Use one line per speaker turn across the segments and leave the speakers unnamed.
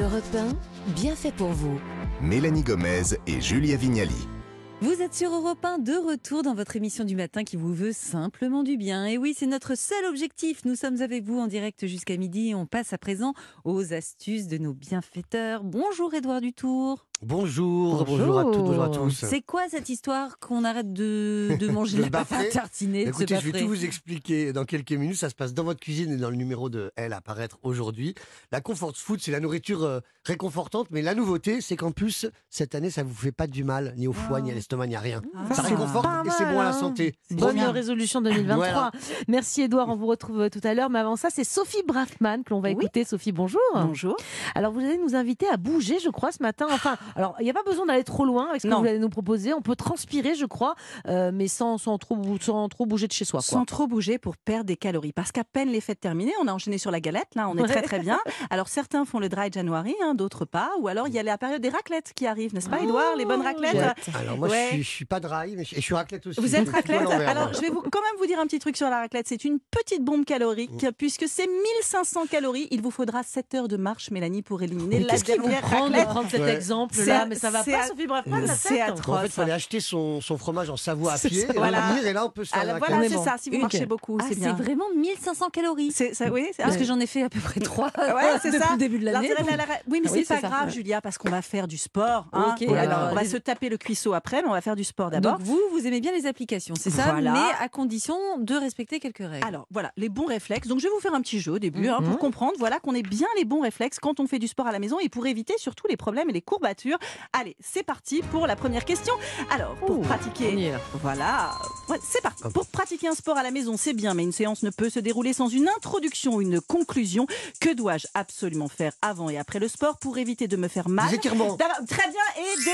Europe 1, bien fait pour vous.
Mélanie Gomez et Julia Vignali.
Vous êtes sur Europe 1 de retour dans votre émission du matin qui vous veut simplement du bien. Et oui, c'est notre seul objectif. Nous sommes avec vous en direct jusqu'à midi et on passe à présent aux astuces de nos bienfaiteurs. Bonjour Édouard Dutour.
Bonjour, bonjour à toutes, bonjour à tous.
C'est quoi cette histoire qu'on arrête de, de manger
De
la pâte à
baffer.
tartiner de se
Écoutez, je vais
baffrer
tout vous expliquer dans quelques minutes. Ça se passe dans votre cuisine et dans le numéro de Elle à paraître aujourd'hui. La comfort food, c'est la nourriture euh, réconfortante, mais la nouveauté, c'est qu'en plus, cette année, ça vous fait pas du mal, ni au
Ah.
foie, ni à l'estomac, ni à rien.
Ah,
Ça
c'est
réconforte
pas
et c'est bon à la
mal, hein.
santé.
Bonne
Promis.
résolution 2023.
Voilà.
Merci Edouard, on vous retrouve euh, tout à l'heure. Mais avant ça, c'est Sophie Brackman que l'on va
Oui.
écouter. Sophie, bonjour.
Bonjour.
Alors vous allez nous inviter à bouger, je crois, ce matin. Enfin, alors il n'y a pas besoin d'aller trop loin avec ce que
Non.
vous allez nous proposer. On peut transpirer, je crois, euh, mais sans, sans, trop, bou- sans trop bouger de chez soi. Quoi.
Sans trop bouger pour perdre des calories. Parce qu'à peine les fêtes terminées, on a enchaîné sur la galette. Là, on est
Ouais.
très très bien. Alors certains font le dry January, hein, d'autres pas. Ou alors il y a la période des raclettes qui arrive, n'est-ce pas, Edouard Les bonnes raclettes
Ouais. Alors moi,
Ouais.
je, suis, je suis pas dry, mais je, et je suis raclette aussi.
Vous
Je
êtes
suis tout à
raclette
l'envers,
Alors,
moi.
je vais vous, quand même vous dire un petit truc sur la raclette. C'est une petite bombe calorique, puisque c'est 1500 calories. Il vous faudra 7 heures de marche, Mélanie, pour éliminer
Mais
la
qu'est-ce qui vous
dernière
prend de
raclette.
prendre cet
Ouais.
exemple-là
C'est-
Mais ça va
c'est
pas,
à-
Sophie Brackman, la
c'est à
tête.
trop.
En fait, il fallait acheter son, son fromage en Savoie à
C'est
pied,
ça.
et le
Voilà.
revenir, et là, on peut se faire
Alors,
la
Ah, voilà,
raclette.
c'est ça. Si vous
Ok.
marchez beaucoup,
Ah,
c'est
c'est
bien.
vraiment 1500 calories.
C'est ça, oui, c'est-
Parce que j'en ai fait à peu près 3
Ouais, c'est
depuis
ça.
le début de l'année.
L'intérêt de la- la- Oui, mais
Ah oui,
c'est
c'est
pas
ça.
grave,
Ouais.
Julia, parce qu'on va faire du sport. hein.
Ok,
Voilà.
alors,
on va
les-
se taper le cuisseau après, mais on va faire du sport d'abord.
Donc vous, vous aimez bien les applications, c'est ça
Voilà.
Mais à condition de respecter quelques règles.
Alors voilà, les bons réflexes. Donc je vais vous faire un petit jeu au début hein,
Mhm.
pour comprendre voilà, qu'on ait bien les bons réflexes quand on fait du sport à la maison et pour éviter surtout les problèmes et les courbatures. Allez, c'est parti pour la première question. Alors, pour
Oh,
Ouh, on y
pratiquer...
est là.
Voilà, Ouais, c'est parti. Pour pratiquer un sport à la maison, c'est bien, mais une séance ne peut se dérouler sans une introduction, une conclusion. Que dois-je absolument faire avant et après le sport pour éviter de me faire mal
Des étirements.
D'avoir- Très bien, et des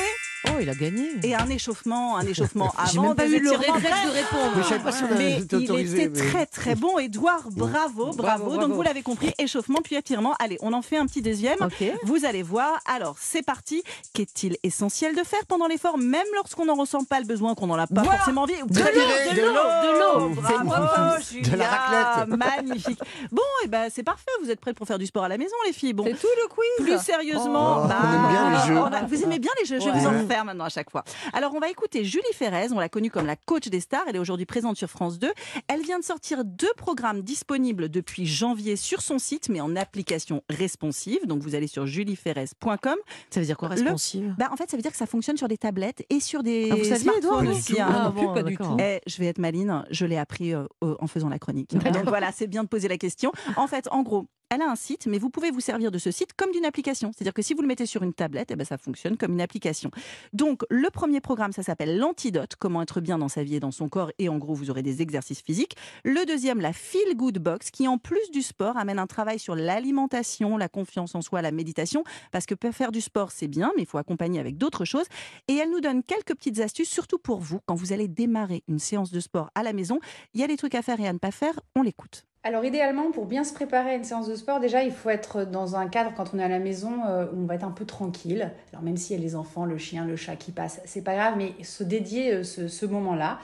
Oh, il a gagné.
et un échauffement, un échauffement
J'ai
avant.
même pas
des
eu le
étirements.
réflexe de répondre.
Mais je savais pas si on avait
Mais
été
il
autorisé,
était
mais-
très très bon, Edouard. Bravo, bravo. Donc
bravo.
vous l'avez compris, échauffement puis étirement. Allez, on en fait un petit deuxième.
Ok.
Vous allez voir. Alors c'est parti. Qu'est-il essentiel de faire pendant l'effort, même lorsqu'on n'en ressent pas le besoin, qu'on n'en a pas
Boire.
forcément envie
Respirer.
de l'eau, de l'eau.
De l'eau.
Bravo,
De la
Julia.
raclette.
Magnifique. Bon, et ben c'est parfait. Vous êtes prêtes pour faire du sport à la maison, les filles. Bon,
C'est tout le quiz
plus sérieusement,
Oh,
bah,
on aime bien les jeux.
on a- vous aimez bien les jeux, je vais
Ouais.
vous en faire maintenant à chaque fois. Alors on va écouter Julie Ferrez, on l'a connue comme la coach des stars, elle est aujourd'hui présente sur France 2. Elle vient de sortir deux programmes disponibles depuis janvier sur son site, mais en application responsive. Donc vous allez sur julieferrez.com.
Ça veut dire quoi,
Le-
responsive
Bah, en fait, ça veut dire que ça fonctionne sur des tablettes et sur des
Ah, vous saviez, Edouard
smartphones
non
aussi. hein.
Ah,
Non plus,
bon,
pas du
d'accord.
tout.
Eh, je vais être maline, je l'ai appris euh, euh, en faisant la chronique. Donc voilà, c'est bien de poser la question. En fait, en gros, elle a un site, mais vous pouvez vous servir de ce site comme d'une application. C'est-à-dire que si vous le mettez sur une tablette, eh ben, ça fonctionne comme une application. Donc, le premier programme, ça s'appelle l'antidote, comment être bien dans sa vie et dans son corps. Et en gros, vous aurez des exercices physiques. Le deuxième, la Feel Good Box, qui en plus du sport amène un travail sur l'alimentation, la confiance en soi, la méditation. Parce que faire du sport, c'est bien, mais il faut accompagner avec d'autres choses. Et elle nous donne quelques petites astuces, surtout pour vous, quand vous allez démarrer une séance de sport à la maison. Il y a des trucs à faire et à ne pas faire, on l'écoute.
Alors idéalement, pour bien se préparer à une séance de sport, déjà, il faut être dans un cadre quand on est à la maison euh, où on va être un peu tranquille. Alors même s'il y a les enfants, le chien, le chat qui passent, c'est pas grave, mais se dédier euh, ce, ce moment-là,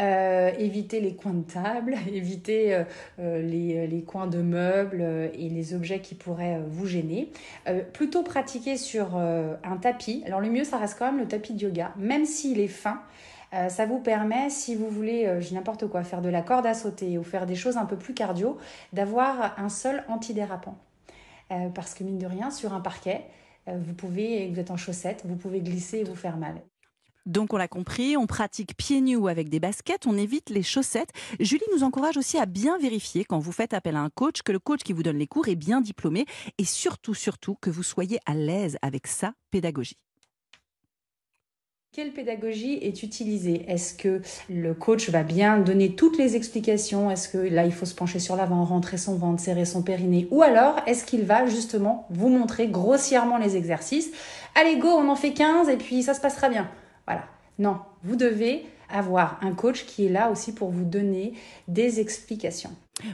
Euh, éviter les coins de table, éviter euh, euh, les, les coins de meubles euh, et les objets qui pourraient euh, vous gêner. Euh, plutôt pratiquer sur euh, un tapis. Alors le mieux, ça reste quand même le tapis de yoga, même s'il est fin. Euh, ça vous permet, si vous voulez, euh, je dis n'importe quoi, faire de la corde à sauter ou faire des choses un peu plus cardio, d'avoir un sol antidérapant. Euh, parce que mine de rien, sur un parquet, euh, vous pouvez, vous êtes en chaussettes, vous pouvez glisser et vous faire mal.
Donc on l'a compris, on pratique pieds nus ou avec des baskets, on évite les chaussettes. Julie nous encourage aussi à bien vérifier quand vous faites appel à un coach que le coach qui vous donne les cours est bien diplômé et surtout, surtout que vous soyez à l'aise avec sa pédagogie.
Quelle pédagogie est utilisée Est-ce que le coach va bien donner toutes les explications Est-ce que là, il faut se pencher sur l'avant, rentrer son ventre, serrer son périnée Ou alors, est-ce qu'il va justement vous montrer grossièrement les exercices Allez, go, on en fait 15 et puis ça se passera bien. Voilà. Non, vous devez avoir un coach qui est là aussi pour vous donner des explications.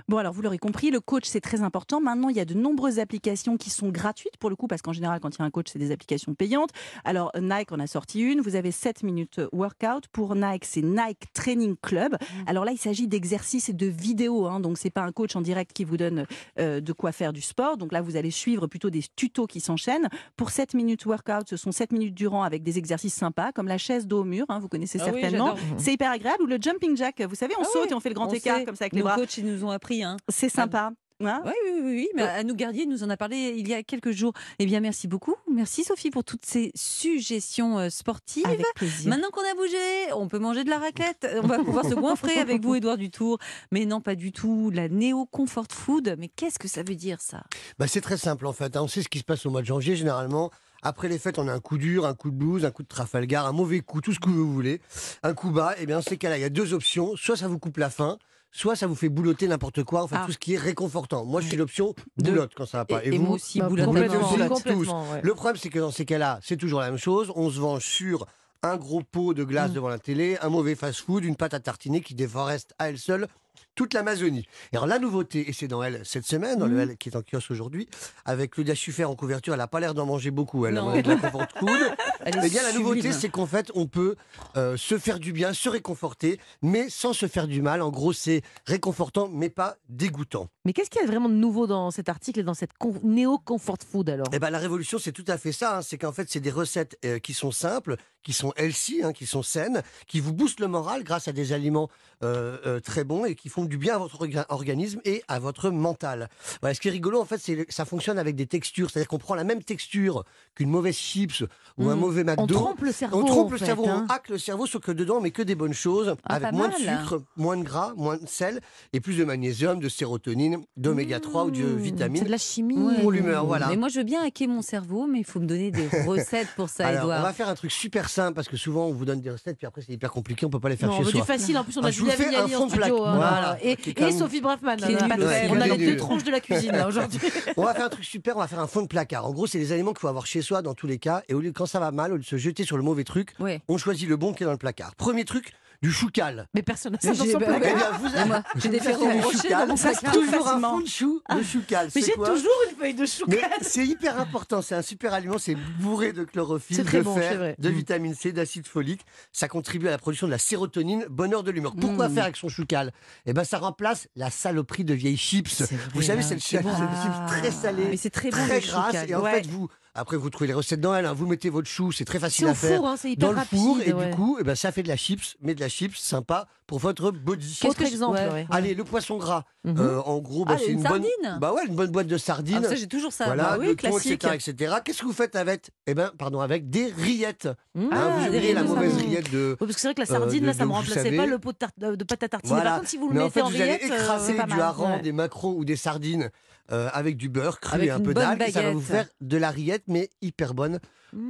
Bon, alors vous l'aurez compris, le coach, c'est très important. Maintenant, il y a de nombreuses applications qui sont gratuites pour le coup, parce qu'en général, quand il y a un coach, c'est des applications payantes. Alors, Nike en a sorti une. Vous avez 7 minutes euh, workout. Pour Nike, c'est Nike Training Club.
Mmh.
Alors là, il s'agit d'exercices et de vidéos. hein. donc, c'est pas un coach en direct qui vous donne euh, de quoi faire du sport. Donc là, vous allez suivre plutôt des tutos qui s'enchaînent. Pour 7 minutes workout, ce sont 7 minutes durant avec des exercices sympas, comme la chaise dos au mur. hein, vous connaissez certainement. C'est hyper agréable. Ou le jumping jack. Vous savez, on
Ah
saute
ouais.
et on fait le grand
On
écart
sait,
comme ça avec les
Nos
bras.
coachs, ils nous ont appris. Hein.
C'est sympa. Hein
Oui, oui, oui, oui. Mais
Donc-
Anou Gardier nous en a parlé il y a quelques jours. Eh bien, merci beaucoup. Merci Sophie pour toutes ces suggestions euh, sportives.
Avec plaisir.
Maintenant qu'on a bougé, on peut manger de la raclette. On va pouvoir se goinfrer avec vous, Édouard Dutour. Mais non, pas du tout. La néo comfort food. Mais qu'est-ce que ça veut dire ça
Bah, c'est très simple en fait. hein. On sait ce qui se passe au mois de janvier généralement. Après les fêtes, on a un coup dur, un coup de blues, un coup de Trafalgar, un mauvais coup, tout ce que vous voulez. Un coup bas, et bien dans ces cas-là, il y a deux options. Soit ça vous coupe la faim, soit ça vous fait boulotter n'importe quoi, enfin
Ah.
tout ce qui est réconfortant. Moi, je suis l'option boulotte quand ça va pas.
Et, et
vous
moi aussi,
Bah,
boulotte
complètement.
maman.
Vous êtes
Complètement, ouais.
Le problème, c'est que dans ces cas-là, c'est toujours la même chose. On se venge sur un gros pot de
Mm.
glace devant la télé, un mauvais fast-food, une pâte à tartiner qui déforeste à elle seule toute l'Amazonie. Et alors la nouveauté, et c'est dans elle cette semaine,
Mm.
dans le elle qui est en kiosque aujourd'hui, avec Claudia Schiffer en couverture, elle n'a pas l'air d'en manger beaucoup, elle,
Non.
avec la comfort food.
Elle est
Eh bien, la nouveauté,
sublime.
c'est qu'en fait, on peut euh, se faire du bien, se réconforter, mais sans se faire du mal. En gros, c'est réconfortant, mais pas dégoûtant.
Mais qu'est-ce qu'il y a vraiment de nouveau dans cet article et dans cette con- néo-comfort food alors
Eh ben, la révolution, c'est tout à fait ça. hein. C'est qu'en fait, c'est des recettes euh, qui sont simples, qui sont healthy, hein, qui sont saines, qui vous boostent le moral grâce à des aliments euh, euh, très bons et qui font du bien à votre orga- organisme et à votre mental. Voilà, ce qui est rigolo, en fait, c'est que ça fonctionne avec des textures. C'est-à-dire qu'on prend la même texture qu'une mauvaise chips ou un
Mm.
mauvais McDo.
Hmm. On trompe le cerveau.
On trompe
en
le
fait,
cerveau,
hein.
on hack le cerveau, sauf que dedans, on met que des bonnes choses,
Ah,
avec
pas
moins de
mal.
sucre, moins de gras, moins de sel, et plus de magnésium, de sérotonine, d'oméga 3 ou de
Mmh,
C'est
vitamines.
Hmm, de la chimie.
Ouais.
Pour l'humeur, voilà.
Mais moi, je veux bien hacker mon cerveau, mais il faut me donner des recettes pour ça,
Alors, on
Édouard.
va faire un truc super simple, parce que souvent, on vous donne des recettes, puis après, c'est hyper compliqué, on peut pas les faire
Non, on
chez
veut du
soi.
facile. En plus, on
Ah,
a
je vous
Julia
fais un
Vignali
fond
en
de plaque.
studio. hein.
Voilà.
Et,
Qui est
et
comme-
Sophie Braffman.
Qui est
hein.
nulle.
Patrick, On a
Ouais,
les
nulle.
deux tranches de la cuisine là, aujourd'hui.
On va faire un truc super, on va faire un fond de placard. En gros, c'est les aliments qu'il faut avoir chez soi dans tous les cas, et au lieu, quand ça va mal, au lieu de se jeter sur le mauvais truc,
Ouais.
on choisit le bon qui est dans le placard. Premier truc, du choucal.
Mais personne n'a ça dans
J'ai-
son
bah,
Eh
placard.
bien, vous avez
Moi, j'ai des
vous achetez
ferrets
du
rochers
choucal,
dans mon
ça
placard.
se trouve toujours un
facilement.
fond de chou, le choucal.
Mais
c'est
j'ai
quoi
toujours une feuille de chou.
Mais c'est hyper important, c'est un super aliment, c'est bourré de chlorophylle,
C'est très
de
bon, c'est
fer,
vrai.
de
Mm.
vitamine C, d'acide folique. Ça contribue à la production de la sérotonine, bonheur de l'humeur. Pourquoi faire avec son choucal Eh ben, ça remplace la saloperie de vieilles chips. Vous savez, c'est le chip, c'est le chip très salé,
Ah. Mais c'est très bon.
très
le
grasse.
choucal.
Et en
Ouais.
fait, vous, après, vous trouvez les recettes dans elle. hein. vous mettez votre chou, c'est très
C'est
facile
au
à faire.
four, hein, c'est hyper
Dans le
rapide.
four, et
ouais.
du coup, eh ben, ça fait de la chips, mais de la chips sympa pour votre body.
Autre exemple,
ouais.
ouais.
Allez, le poisson gras.
Mhm.
Euh, en gros, bah,
Ah,
c'est
une
une, bonne.
sardine
Bah ouais, une bonne boîte de sardines.
Ah, ça, j'ai toujours ça.
Voilà,
Bah oui,
de thon,
classique.
etc., etc. Qu'est-ce que vous faites avec Eh ben, pardon, avec des rillettes.
Mmh.
Hein, vous
des
oubliez
rillettes
la
de
mauvaise
sardine.
rillette de.
Oui, parce que c'est vrai que la
Euh,
sardine,
de-
là, ça
de-
me
vous
remplaçait
savez-
pas le pot de, tarte- euh, de pâte à tartiner.
Voilà.
Par contre, si vous le
Mais en
mettez
fait,
en
vous allez
rillette, euh,
écraser
c'est pas
du
mal.
hareng,
Ouais.
des maquereaux ou des sardines euh, avec du beurre cru
Avec
et un
une
peu
bonne
d'algues. et Ça va
baguette.
vous faire de la rillette, mais hyper bonne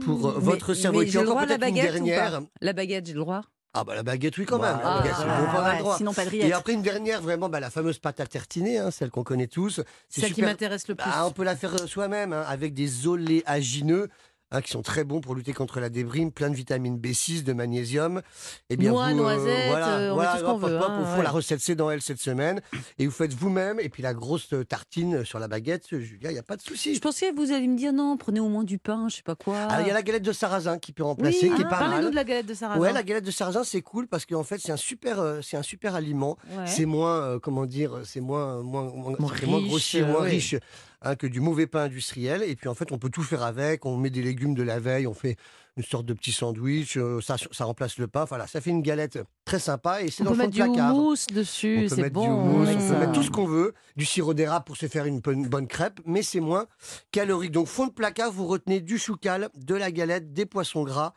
pour euh,
Mmh. Mais-
votre cerveau.
mais
et puis
j'ai le
encore
droit à la
peut-être une
baguette ou
dernière.
pas La baguette, j'ai le droit.
Ah bah la baguette, oui, quand même.
Ah,
la baguette, c'est
ah,
bon, on a le
Ouais,
droit.
Sinon, pas de
Et
rillettes.
après une dernière, vraiment, bah, la fameuse pâte à tartiner, hein, celle qu'on connaît tous. C'est
Celle qui
super-
m'intéresse le plus.
Bah, on peut la faire euh, soi-même hein, avec des oléagineux hein, qui sont très bons pour lutter contre la débrime, plein de vitamine B6, de magnésium. Eh Et
Noix, noisettes, euh, on met tout ce qu'on
hop, hop,
veut,
hop,
hein,
au fond,
ouais.
la recette c'est dans elle cette semaine. Et vous faites vous-même. Et puis la grosse euh, tartine sur la baguette, euh, Julia, il n'y a pas de
Je
souci.
pensais que vous alliez me dire non, prenez au moins du pain, je sais pas quoi.
Alors, Ah, Il y a la galette de sarrasin qui peut
Oui,
remplacer, qui est
hein,
pas
Parlez-nous
mal.
de la galette de Sarah.
Ouais, la galette de sarrasin, c'est cool parce qu'en fait, c'est un super, euh, c'est un super aliment.
Ouais.
C'est moins, euh, comment dire, c'est moins, moins, moins,
Moins
c'est moins
riche,
grossier,
euh,
moins
ouais.
riche hein, que du mauvais pain industriel. Et puis en fait, on peut tout faire avec. On met des légumes de la veille, on fait une sorte de petit sandwich. euh, ça, ça remplace le pain. Voilà, ça fait une galette très sympa et c'est
On
dans
peut
le fond
mettre
de
du
placard.
houmous
on
dessus,
peut
c'est
mettre du
bon.
houmous,
ouais,
on
ça.
peut mettre tout ce qu'on veut, du sirop d'érable pour se faire une bonne, bonne crêpe, mais c'est moins calorique. Donc fond de placard, vous retenez du choucal, de la galette, des poissons gras.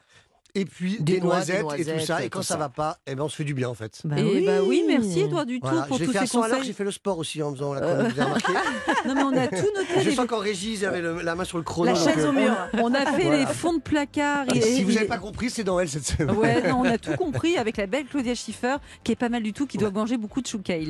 Et puis
Des
des,
noix,
noisettes, et
des
tout
noisettes,
ça.
tout
Et quand ça,
ça.
va pas, eh ben on se fait du bien en fait.
Bah
Eh
oui.
bah oui, merci Edouard Dutour
Voilà,
pour
j'ai
tous
fait
ces
à 100 alors que
conseils.
j'ai fait le sport aussi en faisant la chronique, vous avez remarqué.
Non mais on a tout noté.
Je
les-
sens qu'en régie, ils avaient le- la main sur le chrono.
La
donc,
chaise
euh,
au mur.
On a fait
Voilà.
les fonds de placard.
et si vous
et-
n'avez pas compris, c'est dans elle cette semaine.
Ouais, non, on a tout compris avec la belle Claudia Schiffer qui est pas mal du tout, qui doit manger beaucoup de choucaille.